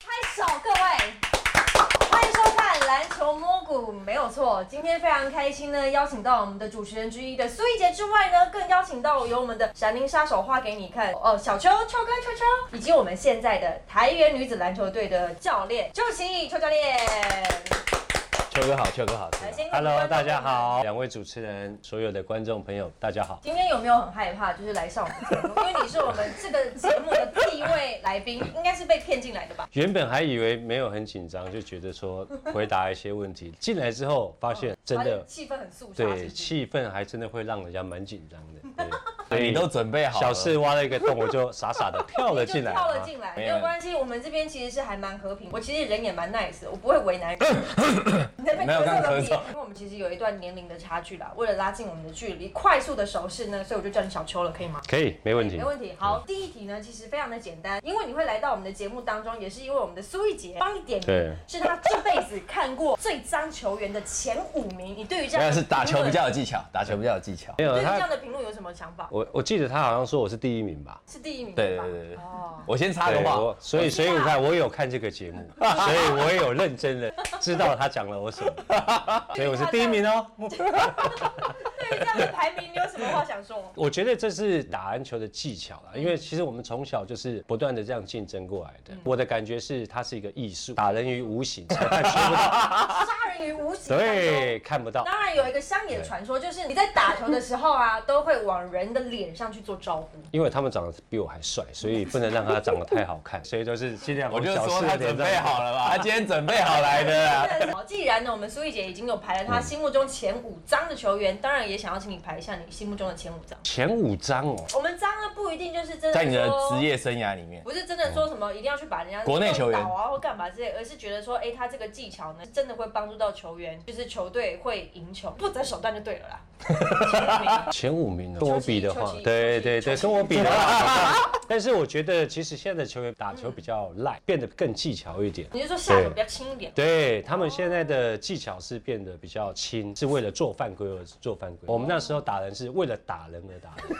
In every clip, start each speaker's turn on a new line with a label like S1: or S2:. S1: 拍手，各位！欢迎收看《篮球摸骨》，没有错。今天非常开心呢，邀请到我们的主持人之一的苏一杰之外呢，更邀请到有我们的闪灵杀手画给你看哦，小秋秋哥秋秋，以及我们现在的台原女子篮球队的教练邱奇邱教练。
S2: 秋哥好，秋哥好
S1: 来呃先跟观众朋友
S2: Hello，
S1: 们
S2: 大家好，两位主持人，所有的观众朋友，大家好。
S1: 今天有没有很害怕，就是来上我们节目？因为你是我们这个节目的第一位来宾，应该是被骗进来的吧？
S2: 原本还以为没有很紧张，就觉得说回答一些问题，进来之后发现真
S1: 而且
S2: 的。
S1: 气氛很肃杀，是
S2: 对，
S1: 不是
S2: 气氛还真的会让人家蛮紧张的。对，
S3: 啊 你都准备好了
S2: 小四挖了一个洞，我就傻傻的跳了
S1: 你哎就
S2: 进来。
S1: 跳了进来，
S3: 啊没
S1: 没
S3: 有
S1: 有关系。我们这边其实是还蛮和平，我其实人也蛮 nice，的我不会为 难人。你在那边
S3: 没有刚
S1: 个屁
S3: 咳嗽
S1: 因为我们其实有一段年龄的差距啦。为了拉近我们的距离，快速的手势呢，所以我就叫你小秋了，可以吗？
S2: 可以，没问题
S1: 没。问题。好，
S3: 嗯
S1: 第一题呢，其实非常的简单，因为你会来到我们的节目当中，也是因为我们的苏一杰帮你点名，
S2: 对
S1: 是他这辈子看过最脏球员的前五名。你对于这样
S3: 没有
S1: 的
S3: 是打球
S1: 评
S3: 比
S1: 论
S3: 较有技巧，打球比较有技巧。
S2: 没有
S1: 对于这
S2: 他
S1: 样，的评论有什么想法？
S2: 我我记得他好像说我是第一名吧。
S1: 是第一名
S3: 对
S1: 吧
S3: 对对对
S1: 哦，
S3: 我先插个
S2: 对
S3: 话
S2: 我，所以所以你看，我有看这个节目， 所以我也有认真的知道他讲了我什么， 所以我是第一名哦。
S1: 对于这样的排名，你有什么话想说？
S2: 我觉得这是打篮球的技巧
S3: 嗯
S2: 啦，因为其实我们从小就是不断的这样竞争过来的。我的感觉是，它是一个艺术，打人于无 形， 裁判学不
S1: 杀
S2: 到，
S1: 人于无形当中。
S2: 对，看不到。
S1: 当然有一个乡野传说，就是你在打球的时候啊，都会往人的脸上去做招呼。
S2: 因为他们长得比我还帅，所以不能让他长得太好看，所以都是尽量
S3: 我
S2: 往
S3: 就
S2: 小
S3: 说
S2: 事
S3: 他
S2: 的
S3: 准
S2: 脸
S3: 备
S2: 上。
S3: 好了吧，他今天准备好来的啊啦。
S1: 好，既然呢，我们苏怡姐已经有排了她心目中前五脏的球员，当然也想要请你排一下你心目中的前五脏。
S2: 前五张哦，
S1: 我们脏呢不一定就是真的
S3: 在你的
S1: 说
S3: 职，业生涯里面，
S1: 不是真的说什么一定要去把人家
S3: 国内球员
S1: 弄倒啊或干嘛之类，而是觉得说，哎，他这个技巧呢，是真的会帮助到球员，就是球队会赢球，不择手段就对了 啦。
S2: 前五名哦，跟我比的
S1: 秋
S2: 话
S1: 吉秋吉，
S2: 对对
S1: 秋
S2: 对，
S1: 吉
S2: 跟我比的 话。但是我觉得，其实现在的球员打球比较赖，变得更技巧一点。
S1: 你就说下手比较轻一点。
S2: 对他们现在的技巧是变得比较
S3: 哦
S2: 轻，是为了做犯规而做犯规。我们那时候打人是为了打人而打 人，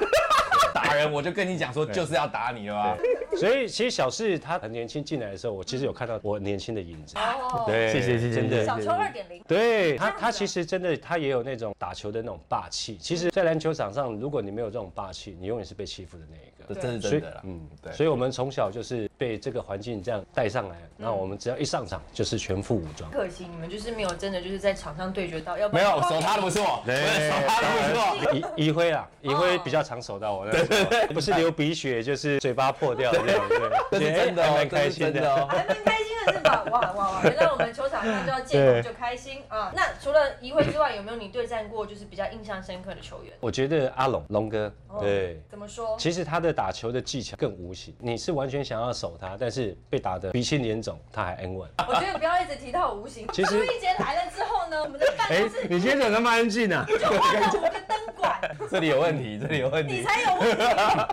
S3: 打人我就跟你讲说就是要打你了吧。
S2: 所以其实小四他很年轻进来的时候，我其实有看到我年轻的影子。
S3: 啊
S1: 哦，
S2: 对，
S3: 谢谢谢谢
S2: 真
S3: 谢谢
S2: 的。
S1: 小球二点零。
S2: 对
S1: 这
S2: 他，
S1: 样子啊
S2: 他其实真的，他也有那种打球的那种霸
S3: 嗯
S2: 气。其实，在篮球场上，如果你没有这种霸气，你永远是被欺负的那一个。
S3: 这这是
S2: 所
S3: 真
S2: 以
S3: 的啦，
S2: 嗯
S3: 嗯，，对。
S2: 所以我们从小就是被这个环境这样带上来，那
S3: 嗯
S2: 我们只要一上场就是全副武装。
S1: 可惜你们就是没有真的就是在场上对决到，要不
S3: 没
S1: 然哦
S3: 有手他的不是我，我的手他的不是我。
S2: 移移辉啦，
S3: 哦
S2: 移辉比较常守到我那时候，不是流鼻血就是嘴巴破掉这样，
S3: 这
S2: 对，
S3: 是真的
S2: 哎还
S3: 哦
S2: 蛮，开
S3: 这是
S2: 心
S3: 真
S2: 的。
S3: 的哦。
S1: 还蛮开心的是吧？ 哇哇哇！原来我们球场上就要见
S2: 对
S1: 红就开心啊。那除了一位之外，有没有你对战过就是比较印象深刻的球员？
S2: 我觉得阿龙龙哥，
S1: 哦
S2: 对，
S1: 怎么说？
S2: 其实他的打球的技巧更无形，你是完全想要守他，但是被打得鼻青脸肿，他还 安稳。
S1: 我觉得不要一直提到无形。
S2: 其实哎
S1: 苏一杰来了之后呢，我们的办
S3: 哎
S1: 公室
S2: 你今天怎么那么安静啊？
S1: 就换了五个灯管，
S3: 这里有问题，这里有问
S1: 你
S3: 题。
S1: 才有问题。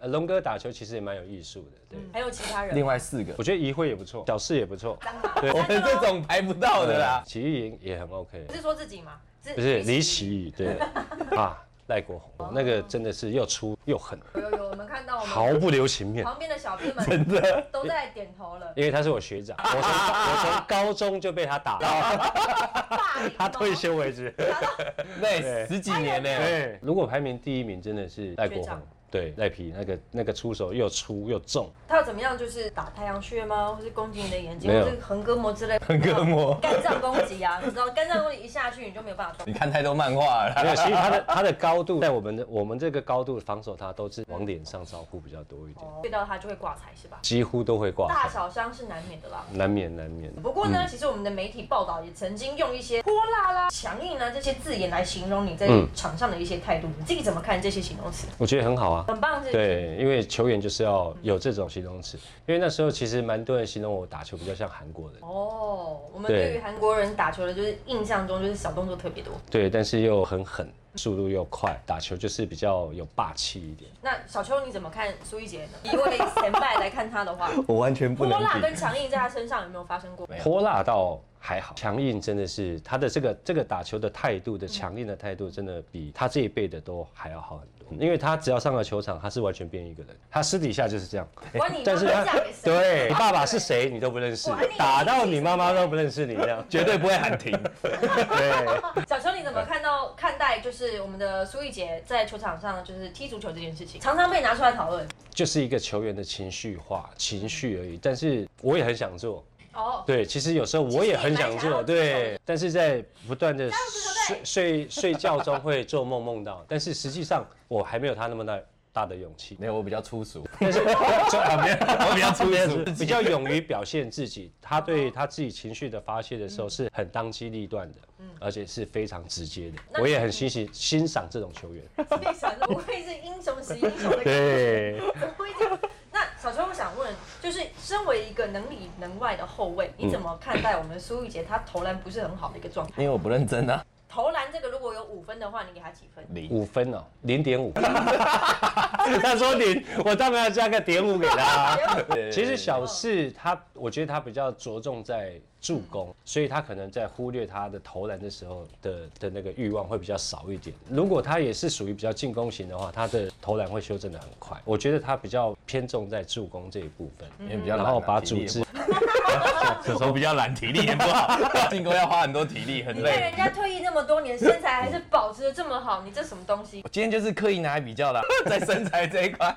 S2: 呃龙哥打球其实也蛮有艺术的，对，
S3: 嗯
S1: 还有其他人？
S3: 另外四个，
S2: 我觉得移辉也不错，小四也不错，
S1: 当然，
S2: 对
S3: 我们这种排不到的啦。
S2: 奇艺也也很 OK，
S1: 不是说自己吗？是
S2: 不是李。奇艺，对，啊，赖国
S3: 哦
S2: 宏那个真的是又粗又狠，
S1: 有有有，我们看到我
S2: 毫
S1: 们
S2: 不留情面。
S1: 旁边的小编们
S3: 的
S1: 都在点头了。
S2: 因为他是我学长，我从我从高中就被他打到
S1: 霸凌
S2: 他退
S1: 吗
S2: 休为止。
S3: 那十几年呢，
S2: 对，如果排名第一名真的是赖
S1: 学
S2: 国宏
S1: 长，
S2: 对赖皮那个那个出手又粗又重，
S1: 他有怎么样？就是打太阳穴吗？或是攻击你的眼睛，
S2: 没有
S1: 或是横膈膜之类？
S3: 横膈膜
S1: 肝脏攻击啊，你知道肝脏攻击一下去你就没有办法动。
S3: 你看太多漫画了啦。
S2: 没有，其实他的 他的高度在我们的我们这个高度防守他都是往脸上招呼比较多一点，
S1: 对到它就会挂彩是吧？
S2: 几乎都会挂
S1: 哦大
S2: 上，
S1: 小伤是难免的啦。
S2: 难免难免。
S1: 不过呢，其实我们的媒体报道也曾经用一些泼辣啦、强硬啊这些字眼来形容你在
S2: 嗯
S1: 场上的一些态度。你自己怎么看这些形容词？
S2: 我觉得很好啊。
S1: 很棒是？，
S2: 对，因为球员就是要有这种形容词，因为那时候其实蛮多人形容我打球比较像韩国人，
S1: 哦，我们
S2: 对
S1: 对于韩国人打球的，就是印象中就是小动作特别多。
S2: 对，但是又很狠，速度又快，打球就是比较有霸气一点。
S1: 那小邱你怎么看苏一杰呢？以一位前辈来看他的话，
S3: 我完全不
S1: 泼
S3: 能
S1: 辣
S3: 比
S1: 跟。强硬在他身上有没有发生过？
S3: 没有
S2: 泼辣倒还好，强硬真的是他的这个这个打球的态度的强硬的态度，真的比他这一辈的都还要好很多。因为他只要上了球场，他是完全变一个人，他私底下就是这样。
S1: 管你
S2: 但
S1: 妈
S2: 是
S1: 妈
S2: 他
S1: 嫁给谁？
S2: 对你爸爸是谁，你都不认识
S1: 哎哇那，
S2: 打到你妈妈都不认识你这样。
S3: 绝对不会喊停，
S2: 对，
S1: 小邱，你怎么看到看待就是我们的苏奕杰在球场上就是踢足球这件事情，常常被拿出来讨论？
S2: 就是一个球员的情绪化情绪而已。但是我也很想做，
S1: 哦，
S2: 对，其实有时候我也很想
S1: 其实你蛮想要做
S2: 做，对，但是在不断的
S1: 加
S2: 睡
S1: 入
S2: 睡 睡觉中会做梦梦到，但是实际上我还没有他那么大大的勇气。
S3: 没有我比较粗俗，
S2: 我
S3: 比较粗俗
S2: 比较勇于表现自己。他对他自己情绪的发泄的时候
S1: 嗯
S2: 是很当机立断的，而且是非常直接的。我也很欣喜欣赏这种 球员。
S1: 被传不会是英雄惜英雄的感觉。
S2: 对，
S1: 会这样。那小邱，我想问，就是身为一个能里能外的后卫，你怎么看待我们苏玉杰他投篮不是很好的一个状态？
S3: 因为我不认真啊。
S1: 投篮这个如果有五分的话，你给他几分？
S3: 零，
S2: 五分哦，零点 五。他说零，我当然要加个点五给他。其实小四他，我觉得他比较着重在助攻，所以他可能在忽略他的投篮的时候的的那个欲望会比较少一点。如果他也是属于比较进攻型的话，他的投篮会修正的很快。我觉得他比较偏重在助攻这一部分，
S3: 因为比较
S2: 然
S3: 懒啊
S2: 后把
S3: 体力
S2: 组
S3: 也
S2: 织
S3: 有 时候比较懒，体力也不 好，进攻要花很多体力，很
S1: 你看
S3: 累
S1: 人。家退役那么多年，身材还是保持的这么好，你这什么东西
S3: 我？今天就是刻意拿来比较 的，在身材这一块。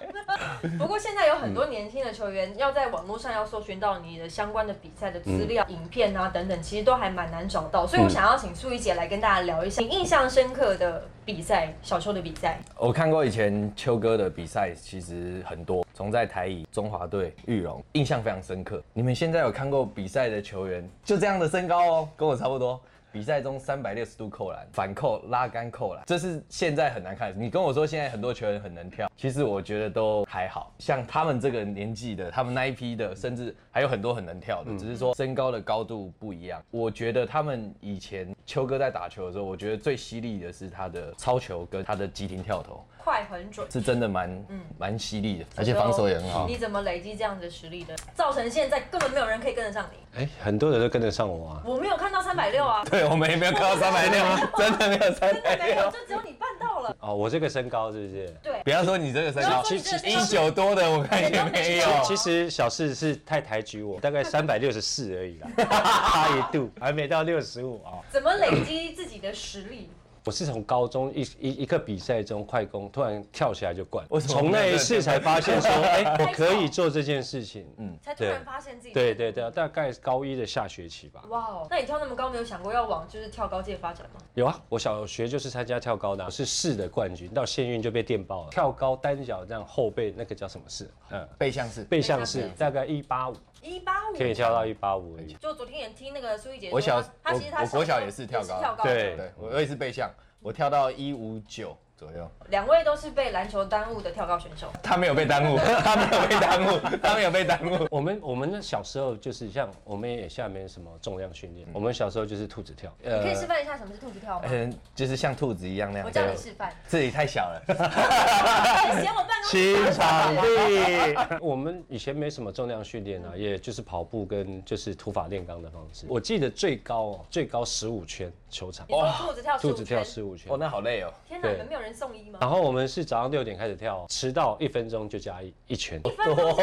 S1: 不过现在有很多年轻的球员要在网络上要搜寻到你的相关的比赛的资料、影片啊等等，其实都还蛮难找到。所以我想要请苏怡姐来跟大家聊一下你印象深刻的比赛，小邱的比赛。
S3: 我看过以前秋哥的比赛，其实很多，从在台乙、中华队、玉龙，印象非常深刻。你们现在有看过比赛的球员，就这样的身高哦，跟我差不多。比赛中三百六十度扣篮、反扣、拉杆扣篮，这是现在很难看。你跟我说现在很多球员很能跳，其实我觉得都还好。像他们这个年纪的，他们那一批的，甚至还有很多很能跳的，只是说身高的高度不一样。我觉得他们以前秋哥在打球的时候，我觉得最犀利的是他的抄球跟他的急停跳投。
S1: 快很准，
S3: 是真的蛮蛮犀利的，而且
S1: 有时候
S3: 防守也很好。
S1: 你怎么累积这样的实力的？造成现在根本没有人可以跟得上你。
S2: 哎，很多人都跟得上我啊。
S1: 我没有看到三百六啊，
S3: 对，我们也没有看到三百六，真的嗯没有三
S1: 真
S3: 百
S1: 的
S2: 哎
S1: 没有，
S3: 六。
S1: 就只有你办到了。
S2: 哦，我这个身高是不是？
S1: 对，
S3: 不要说你这个身
S1: 不要
S3: 高
S1: 说，你这个身
S3: 一
S1: 高
S3: 九多的我看也没有。
S2: 其实小四是太抬举我，大概三百六十四而已啦，差一度，还没到六十五啊。
S1: 怎么累积自己的实力？
S2: 我是从高中一一一个比赛中快攻突然跳起来就灌
S3: 为，什么
S2: 从那一次才发现说，哎、 我可以做这件事情。嗯
S3: 嗯，
S1: 才突然发现自己。
S2: 对对对，大概高一的下学期吧。
S1: 哇哦，那你跳那么高，没有想过要往就是跳高界发展吗？
S2: 有啊，我小学就是参加跳高的啊，我是市的冠军，到县运就被电爆了。跳高单脚这样后背那个叫什么式？嗯，
S3: 呃背向是，
S2: 背向式
S1: 背向式，嗯
S2: 大概一八五，
S1: 一八五
S2: 可。以跳到一八五而已。
S1: 就昨天也听那个苏怡姐说，
S3: 我小
S1: 她她其实她
S3: 我我国小
S1: 时候
S3: 也是跳高
S1: 跳高。
S2: 对
S3: 对我我也是背向，我跳到一五九左右。
S1: 两位都是被篮球耽误的跳高选手。
S3: 他没有被 耽误，他没有被耽误，他没有被耽误。
S2: 我们我们那小时候就是像我们也下面什么重量训练，我们小时候就是兔子跳，
S1: 你可以示
S2: 呃，
S1: 范一下什么是兔子跳吗？
S3: 嗯，就是像兔子一样那样。
S1: 我叫你示范。
S3: 这里太小了，
S1: 你嫌我办公室大
S2: 场地。 我们以前没什么重量训练啊，也就是跑步跟就是土法炼钢的方式。我记得最高哦，最高十五圈球场
S1: 你，说兔子跳，
S2: 兔子跳
S1: 哦十
S2: 十
S1: 五圈。
S2: 五圈
S3: 哦，。那好累哦。
S1: 天哪，
S2: 对
S1: 你们没有人送医吗？
S2: 然后我们是早上六点开始跳，迟到一分钟就加一一圈。对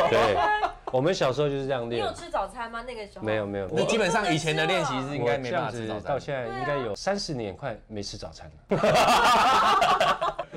S1: 对，
S2: 我们小时候就是这样
S1: 你
S2: 练
S1: 有。吃早餐吗？那个时候
S2: 没有没有，
S3: 你基本上以前的练习是应该没办法
S2: 我这
S3: 吃
S2: 样
S3: 早
S2: 子到
S3: 餐。
S2: 现在应该有三十年，快没吃早餐了。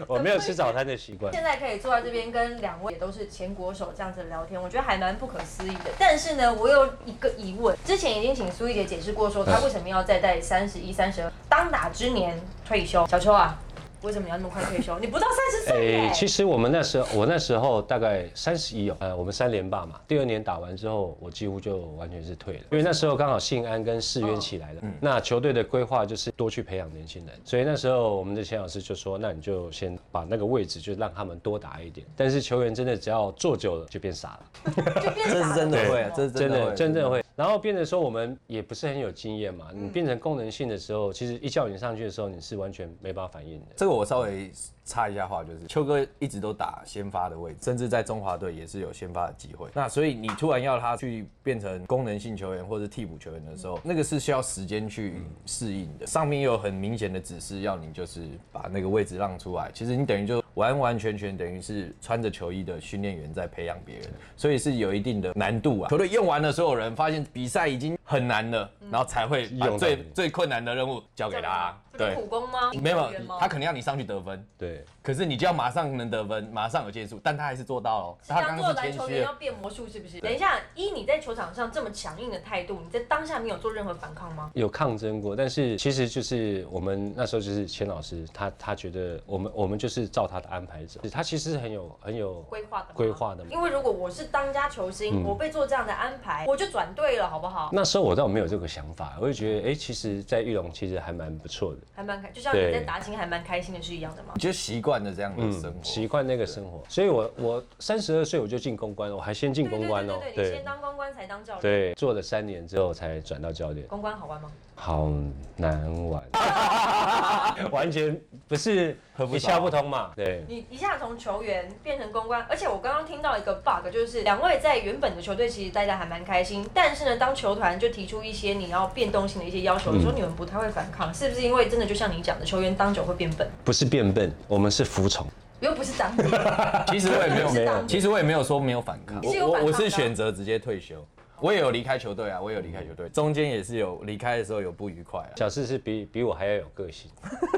S2: 我没有吃早餐的习惯。
S1: 现在可以坐在这边跟两位也都是前国手这样子聊天，我觉得还蛮不可思议的。但是呢，我有一个疑问，之前已经请苏怡姐解释过，说她
S2: 嗯
S1: 为什么要再在三十一、三十二当打之年退休。小邱啊，为什么你要那么快退休？你不到三十岁耶！
S2: 哎其实我们那时候，我那时候大概三十一哦，呃，我们三连霸嘛，第二年打完之后，我几乎就完全是退了，因为那时候刚好信安跟世渊起来了，那球队的规划就是多去培养年轻人，所以那时候我们的钱老师就说，那你就先把那个位置就让他们多打一点，但是球员真的只要坐久了就变傻了。
S1: 就变傻
S3: 这
S1: 了
S3: 是真的会，啊这是
S2: 真的
S3: 会，
S2: 真的嗯会。然后变成说我们也不是很有经验嘛，你变成功能性的时候，其实一叫你上去的时候，你是完全没办法反应的。
S3: 这个我稍微插一下话，就是秋哥一直都打先发的位置，甚至在中华队也是有先发的机会。那所以你突然要他去变成功能性球员或者替补球员的时候，那个是需要时间去适应的。上面有很明显的指示要你就是把那个位置让出来，其实你等于就完完全全等于是穿着球衣的训练员在培养别人，所以是有一定的难度啊。球队用完了所有人，发现比赛已经很难了，然后才会把
S2: 嗯用到
S3: 最
S2: 你
S3: 最困难的任务交给他。
S1: 这是苦工吗？
S3: 没有
S1: 运动员吗，
S3: 他可能要你上去得分，
S2: 对，
S3: 可是你就要马上能得分，马上有建树，但他还是做到了哦。
S1: 是
S3: 他
S1: 当
S3: 刚
S1: 做
S3: 刚是
S1: 篮
S3: 谦
S1: 球
S3: 虚
S1: 员要
S3: 的，
S1: 变魔术是不是？等一下，依你在球场上这么强硬的态度，你在当下你有做任何反抗吗？
S2: 有抗争过，但是其实就是我们那时候就是钱老师，他他觉得我们我们就是照他的安排走，他其实是很有很有
S1: 规划的吗
S2: 规划的嘛。
S1: 因为如果我是当家球星，
S3: 嗯
S1: 我被做这样的安排，我就转队了，好不好？
S2: 那时候我倒没有这个想法，我就觉
S1: 嗯
S2: 得哎、诶其实，在玉龙其实还蛮不错的，
S1: 还蛮开，就像你在
S2: 对
S1: 打球还蛮开心的是一样的吗
S3: 你？就习惯了这样的生
S2: 嗯，习
S3: 活。
S2: 惯那个生活，所以我我三十二岁我就进公关了，我还先进公关哦，
S1: 对对对对，你先当公关才当教练。
S2: 对，做了三年之后才转到教练，
S1: 公关好玩吗？
S2: 好难 玩，完全不是
S3: 合不
S2: 一
S3: 着
S2: 窍不通嘛，对。
S1: 你一下从球员变成公关，而且我刚刚听到一个 bug，就是两位在原本的球队其实待的还蛮开心，但是呢，当球团就提出一些你要变动性的一些要求的
S2: 嗯
S1: 时候，你们不太会反抗，是不是因为真的就像你讲的，球员当久会变笨，
S2: 不是变笨，我们是服从。
S1: 又不是当兵，
S3: 其实我也没有，
S1: 没有
S3: 其实我也没有说没有反抗，
S1: 你是有
S3: 我
S1: 反抗
S3: 我我
S1: 的啊
S3: 是选择直接退休。我也有离开球队啊，我也有离开
S2: 嗯
S3: 球队，中间也是有离开的时候有不愉快啊。
S2: 小四是比比我还要有个性，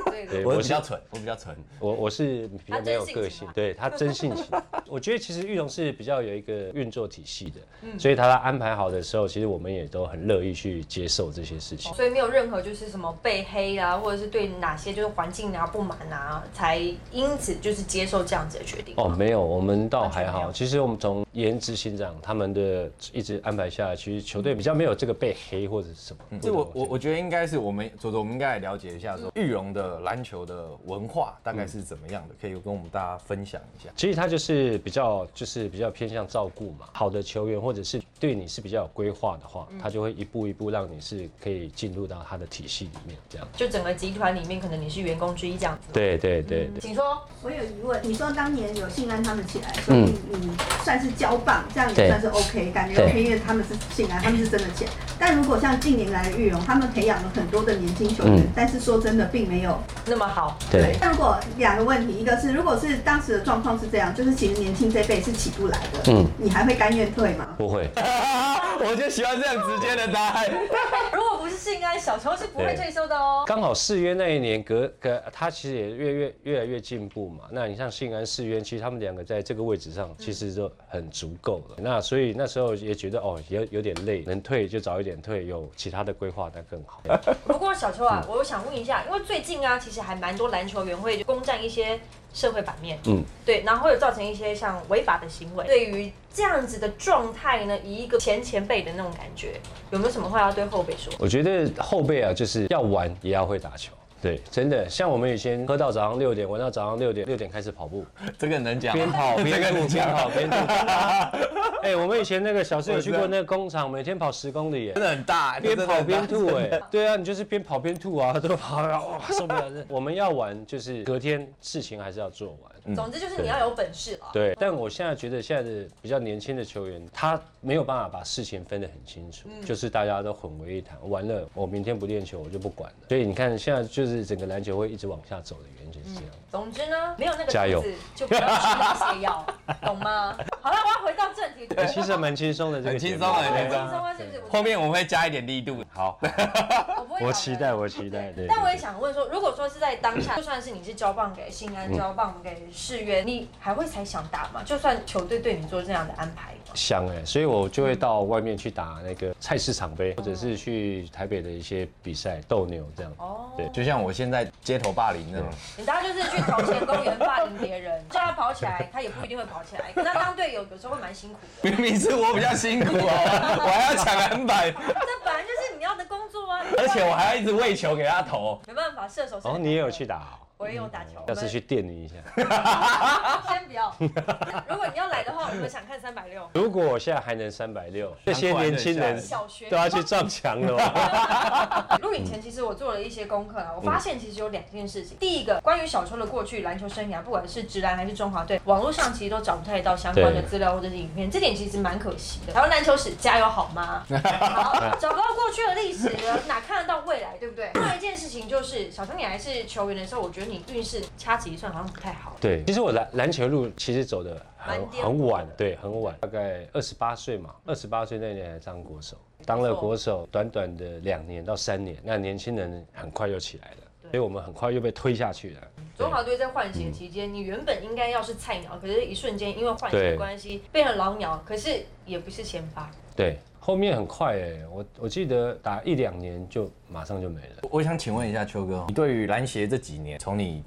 S1: 对
S2: 对
S3: 我
S2: 我
S3: 比
S2: 是嗯
S3: 较蠢，我比较蠢，
S2: 我我是比较没
S1: 他
S2: 有个
S1: 真性情
S2: 性
S1: 吗，
S2: 对他真性情。我觉得其实玉龙是比较有一个运作体系
S1: 嗯
S2: 的，所以他安排好的时候，其实我们也都很乐意去接受这些事情。
S1: 所以没有任何就是什么被黑啊，或者是对哪些就是环境啊不满啊，才因此就是接受这样子的决定。
S2: 哦，没有，我们倒
S1: 完全
S2: 还
S1: 没
S2: 好。
S1: 有
S2: 其实我们从颜值行长他们的一直安排下来，其实球队比较没有这个被黑或者是什么。
S3: 嗯这我我我觉得应该是我们左左，我们应该来了解一下说玉龙的篮球的文化大概是怎么样的，可以跟我们大家分享一下。
S2: 其实他就是比较，就是比较偏向照顾嘛。好的球员或者是对你是比较有规划的话，他就会一步一步让你是可以进入到他的体系里面，这样。
S1: 就整个集团里面，可能你是员工之一这样子。
S2: 对对对对，
S1: 请说，
S4: 我有疑问，你说当年有信安他们起来，所以你算是交棒，这样也算是 OK，感觉
S2: 嗯对
S4: OK，因为他们是信安，他们是真的起来。但如果像近年来的玉荣，他们培养了很多的年轻球员，
S2: 嗯
S4: 但是说真的并没有
S1: 那么好，
S2: 对
S4: 那如果两个问题，一个是如果是当时的状况是这样，就是其实年轻这辈是起不来的，
S2: 嗯
S4: 你还会甘愿退吗？
S2: 不会，
S3: 我就喜欢这样直接的答案。
S1: 如果不是性爱，小球是不会退休的哦。
S2: 刚好世约那一年隔隔，他其实也越越越来越进步嘛。那你像信安世约，其实他们两个在这个位置上其实就很足够了。那所以那时候也觉得哦，有有点累，能退就早一点退，有其他的规划那更好。
S1: 不过小邱啊，
S2: 嗯
S1: 我想问一下，因为最近啊，其实还蛮多篮球员会攻占一些社会版面，嗯
S2: 嗯，
S1: 对，然后会有造成一些像违法的行为。对于这样子的状态呢，以一个前前辈的那种感觉，有没有什么话要对后辈说？
S2: 我觉得后辈啊，就是要玩也要会打球。对，真的，像我们以前喝到早上六点，玩到早上六点，六点开始跑步，
S3: 这个能讲吗？
S2: 边 跑边
S3: 这个
S2: 吐，
S3: 能
S2: 边
S3: 讲吗
S2: 跑 边吐。哎、我们以前那个小时候有去过那个工厂，每天跑十公里耶
S3: 真。的很大，
S2: 边
S3: 真的
S2: 跑
S3: 很大
S2: 边吐哎、对啊，你就是边跑边吐啊，都跑啊，哇受不了！我们要玩，就是隔天事情还是要做完。
S1: 总之就是你要有本事啊了。
S2: 嗯对，但我现在觉得现在的比较年轻的球员，他没有办法把事情分得很清楚，就是大家都混为一谈。完了，我明天不练球，我就不管了。所以你看，现在就是整个篮球会一直往下走的原因就是这样。
S1: 总之呢，没有那个
S2: 加油
S1: 字就不要吃那些药，懂吗？好了，我要回到正题。
S2: 其实还蛮轻松的，哎这个
S3: 很轻
S2: 节目
S3: 松很
S1: 很
S3: 轻
S1: 轻
S3: 松。
S1: 松啊，是不是？
S3: 后面我们会加一点力度。好，
S1: 我不会
S2: 我
S1: 搞
S2: 期
S1: 的
S2: 待，我期待。对，
S1: 但我也
S2: 对
S1: 想问说，如果说是在当 下，就算是你是交棒
S2: 嗯
S1: 给信安、交棒给世约，你还会才想打吗？就算球队对你做这样的安排吗？
S2: 想哎、所以我就会到外面去打那个菜市场杯，或者是去台北的一些比赛斗牛这样。
S1: 哦，
S2: 对
S3: 就像我现在街头霸凌那种，
S2: 嗯
S1: 你大家就是去头前公园霸凌别 人，叫他跑起来，他也不一定会跑起来。那当队友有时候会蛮辛苦的，
S3: 明明是我比较辛苦 哦，我还要抢篮板，
S1: 这本来就是你要的工作啊。
S3: 而且我还要一直喂球给他投。
S1: 没办法，射手是
S2: 哦，你也有去打、哦？
S1: 我也有打球。
S2: 下次去电你一下。
S1: 先不 要。如果你要来的话，我们想看三百六。
S2: 如果我现在还能三百六，这些年轻人
S1: 小 学
S2: 都要啊去撞墙了 吧。
S1: 录
S2: 嗯
S1: 影前，其实我做了一些功课啊，我发现其实有两件事情。第一个，关于小邱的过去篮球生涯，不管是直篮还是中华队，网络上其实都找不太到相关的资料或者是影片，这点其实蛮可惜的。台湾篮球史加油好 吗？好，找不到过去的历史了，哪看得到未来，对不对？另外一件事情就是，小邱你还是球员的时候，我觉得你运势掐指一算好像不太好。
S2: 对，其实我篮篮球路其实走的很
S1: 蛮颠簸的
S2: 很晚，对，很晚，大概二十八岁嘛，二十八岁那年还当国手，当了国手短短的两年到三年，那年轻人很快就起来了，
S1: 对
S2: 所以我们很快又被推下去了。对嗯
S1: 中华队在换血期间，你原本应该要是菜鸟，可是一瞬间因为换血
S2: 对
S1: 的关系变成老鸟，可是也不是先发。
S2: 对，后面很快哎、我我记得打一两年就马上就没了。
S3: 我想请问一下秋哥哦，你对于篮协这几年，从你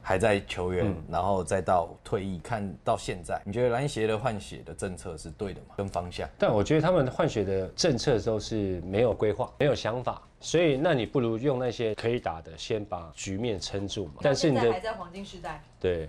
S3: 还在球员，
S2: 嗯
S3: 然后再到退役，看到现在，你觉得篮协的换血的政策是对的吗？跟方 向？
S2: 但我觉得他们换血的政策都是没有规划、没有想法，所以那你不如用那些可以打的，先把局面撑住嘛。但是你
S1: 现在还
S2: 的
S1: 在黄金时代，
S2: 对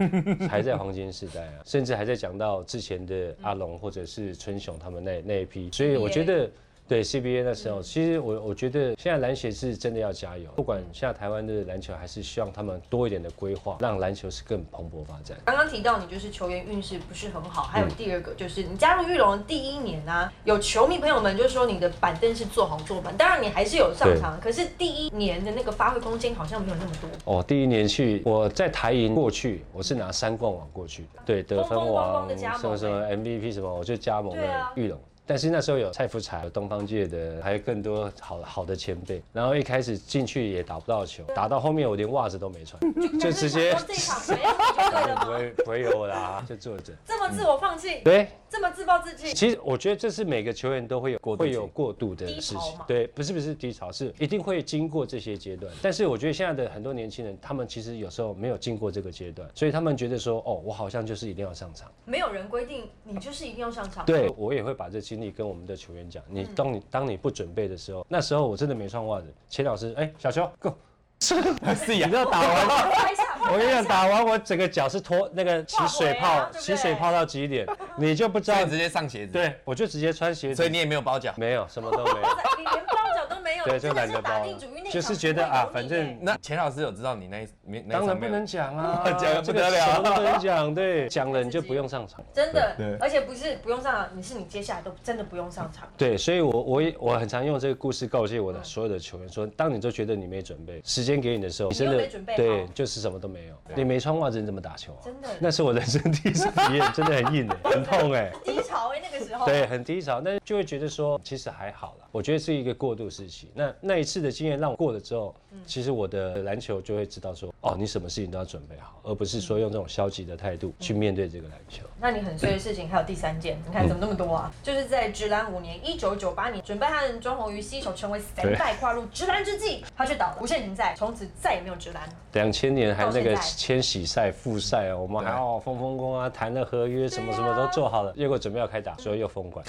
S2: 还在黄金时代啊， 甚至还在讲到之前的阿龙或者是春雄他们那那一批，所以我觉得。对 CBA 那时候，其实我我觉得现在篮协是真的要加油，不管现在台湾的篮球，还是希望他们多一点的规划，让篮球是更蓬勃发展。
S1: 刚刚提到你就是球员运势不是很好，还
S2: 嗯
S1: 有第二个就是你加入玉龙的第一年啊，有球迷朋友们就说你的板凳是做好做满，当然你还是有上场，可是第一年的那个发挥空间好像没有那么多。
S2: 哦，第一年去我在台银过去，我是拿三冠王过去的，对，得分
S1: 风风光光
S2: 王
S1: 地加盟哎
S2: 什么什么 MVP 什么，我就加盟
S1: 对
S2: 了
S1: 啊
S2: 玉龙。但是那时候有蔡福才、有东方界的，还有更多好好的前辈。然后一开始进去也打不到球，打到后面我连袜子都没穿，就直接
S1: 然后这一场没有就对了
S2: 不
S1: 吗？
S2: 会不会有啦，就坐 着。
S1: 这么自我放弃，
S2: 嗯对，
S1: 这么自暴自弃，
S2: 其实我觉得这是每个球员都会有
S3: 过渡期
S2: 会有过度的事
S1: 低潮
S2: 情
S1: 嘛，
S2: 对，不是不是低潮，是一定会经过这些阶段。但是我觉得现在的很多年轻人，他们其实有时候没有经过这个阶段，所以他们觉得说，哦，我好像就是一定要上场。
S1: 没有人规定你就是一定要上场。
S2: 对，我也会把这经历跟我们的球员讲。
S1: 嗯
S2: 你当你当你不准备的时候，那时候我真的没穿袜子，钱老师，哎、小球 go，是 呀，你知道打完。
S1: 拍一下，
S2: 我跟你讲，打完我整个脚是脱那个起水泡，
S1: 化灰啊对不对
S2: 起水泡到极点，你就不知道
S3: 所以。直接上鞋子。，
S2: 对，我就直接穿鞋子，
S3: 所以你也没有包脚。
S2: 没有，什么都没有。
S1: 你连包脚都没有，
S2: 对，
S1: 你
S2: 就
S1: 真的
S2: 懒
S1: 是
S2: 得
S1: 打
S2: 包
S1: 定主意那一场
S2: 就是觉得啊，
S1: 不会
S2: 反
S1: 有你耶
S2: 正
S3: 那钱老师有知道你那一没那一
S2: 当
S3: 场
S2: 然
S3: 没
S2: 不
S3: 有
S2: 能讲啊，
S3: 讲了不
S2: 这个
S3: 得了
S2: 讲了不能讲，对，讲了你就不用上场。
S1: 真
S3: 对
S1: 的，而且不是不用上场，你是你接下来都真的不用上 场。
S2: 对，所以我我也我很常用这个故事告诫我的所有的球员说，当你都觉得你没准备，时间给你的时候，你
S1: 你又没准备好
S2: 对，就是什么都没有，你没穿袜子你怎么打球啊？
S1: 真的
S2: 那是我人生第一次体验，真的很 硬哎，很痛哎。
S1: 低潮哎，那个时候。
S2: 对，很低潮，但是就会觉得说其实还好啦。我觉得是一个过渡时期。那那一次的经验让我过了之后，
S1: 嗯
S2: 其实我的篮球就会知道说，哦，你什么事情都要准备好，而不是说用这种消极的态度去面对这个篮球。
S1: 那你很衰的事情还有第三件，你
S3: 嗯
S1: 看怎么那么多啊？就是在直篮五年，一九九八年，准备和庄宏宇携手成为三代跨入直篮之际，他却倒了，无限停赛，从此再也没有直篮。
S2: 两千年还那
S1: 到
S2: 个
S1: 现在
S2: 千禧赛、复赛啊，我们还要风风光啊，谈了合约，什么什么都做好了，
S1: 啊
S2: 结果准备要开打，所以又封 馆。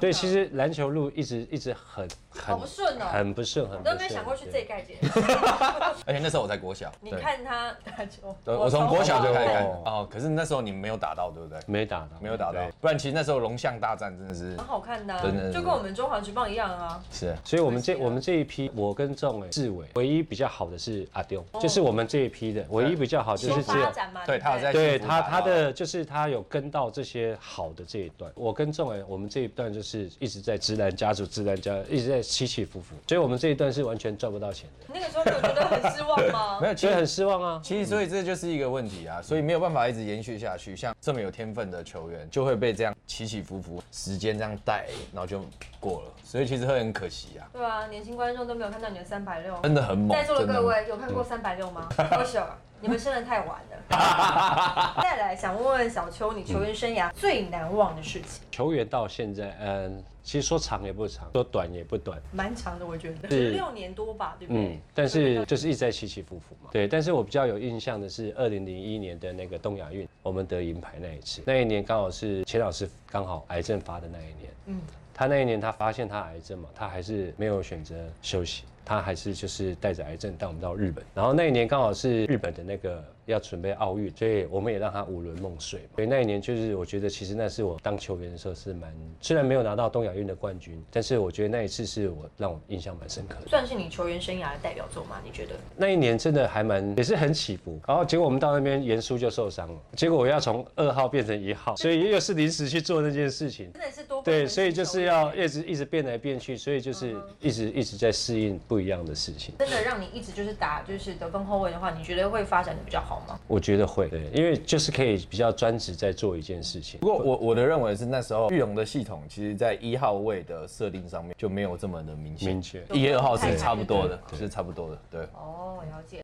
S2: 对，其实篮球路一直一直很很
S1: 好不顺哦
S2: 很不顺，很
S1: 我
S2: 不
S1: 都
S2: 顺。
S1: 没有想过去这
S2: 对
S1: 一届 解。
S3: 而且那时候我在国小。
S1: 你
S3: 对
S1: 看他 打球，
S3: 对，我从国小就开始看
S2: 哦
S3: 哦，可是那时候你没有打到，对不对？
S2: 没打到，
S3: 没有打到
S2: 对，
S3: 不然其实那时候龙象大战真的是
S1: 蛮好看的啊
S3: 真的，
S1: 就跟我们中华职棒一样啊。
S3: 是
S2: 所以我们这
S1: 可惜啊
S2: 我们这一批，我跟仲伟、志伟，唯一比较好的是阿丢，就是我们这一批的唯一比较好，就是
S1: 哦先
S2: 只
S1: 发
S2: 有。
S1: 展嘛，
S3: 啊对
S1: 不
S3: 他有在
S2: 对
S3: 幸福
S2: 他，
S3: 达
S2: 他
S3: 到
S2: 的就是他有跟到这些好的这一段。我跟仲伟，我们这一段就是一直在直男家族、直男家，一直在起起伏伏，所以我们这一段是完全赚不到钱的，
S1: 你那个时候没有觉得很失望吗
S3: 没？有，其
S2: 所以
S3: 实
S2: 很失望啊。
S3: 其实，所以这就是一个问题啊，所以没有办法一直延续下去。像这么有天分的球员，就会被这样起起伏伏，时间这样带，然后就过了。所以其实会很可惜啊，
S1: 对啊，年轻观众都没有看到你的三百六。
S3: 真的很猛。
S1: 在座的
S3: 真
S1: 各位有看过三百六吗？不是， 你们生的太晚了。再来，想问问小邱，你球员生
S2: 嗯
S1: 涯最难忘的事情，
S2: 球员到现在，嗯，其实说长也不长，说短也不短，
S1: 蛮长的，我觉得
S2: 是
S1: 十六年多吧，对不
S2: 嗯
S1: 对？，
S2: 但是就是一直在起起伏伏嘛。对，但是我比较有印象的是二零零一年的那个东亚运，我们得银牌那一次。那一年刚好是钱老师刚好癌症发的那一年。嗯，他那一年他发现他癌症嘛，他还是没有选择休息。他还是就是带着癌症带我们到日本，然后那一年刚好是日本的那个要准备奥运，所以我们也让他五轮梦碎嘛。所以那一年就是我觉得其实那是我当球员的时候是蛮，虽然没有拿到东亚运的冠军，但是我觉得那一次是我让我印象蛮深刻的。
S1: 算是你球员生涯的代表作吗？你觉得？
S2: 那一年真的还蛮也是很起伏，然后结果我们到那边严叔就受伤了，结果我要从二号变成一号，所以又是临时去做那件事情。
S1: 真的是多功能
S2: 对，所以
S1: 性
S2: 就
S1: 球
S2: 是
S1: 员
S2: 要一直一直变来变去，所以就是一直一直在适应不一样的事情。
S1: 真的让你一直就是打就是得分后卫的话，你觉得会发展的比较好吗？
S2: 我觉得会，对，因为就是可以比较专职在做一件事情
S3: 不。过我我的认为是那时候玉龙的系统，其实在一号位的设定上面就没有这么的明显，
S2: 明确
S3: 一、二号是差不多的，是差不多的，对。
S1: 哦，了解。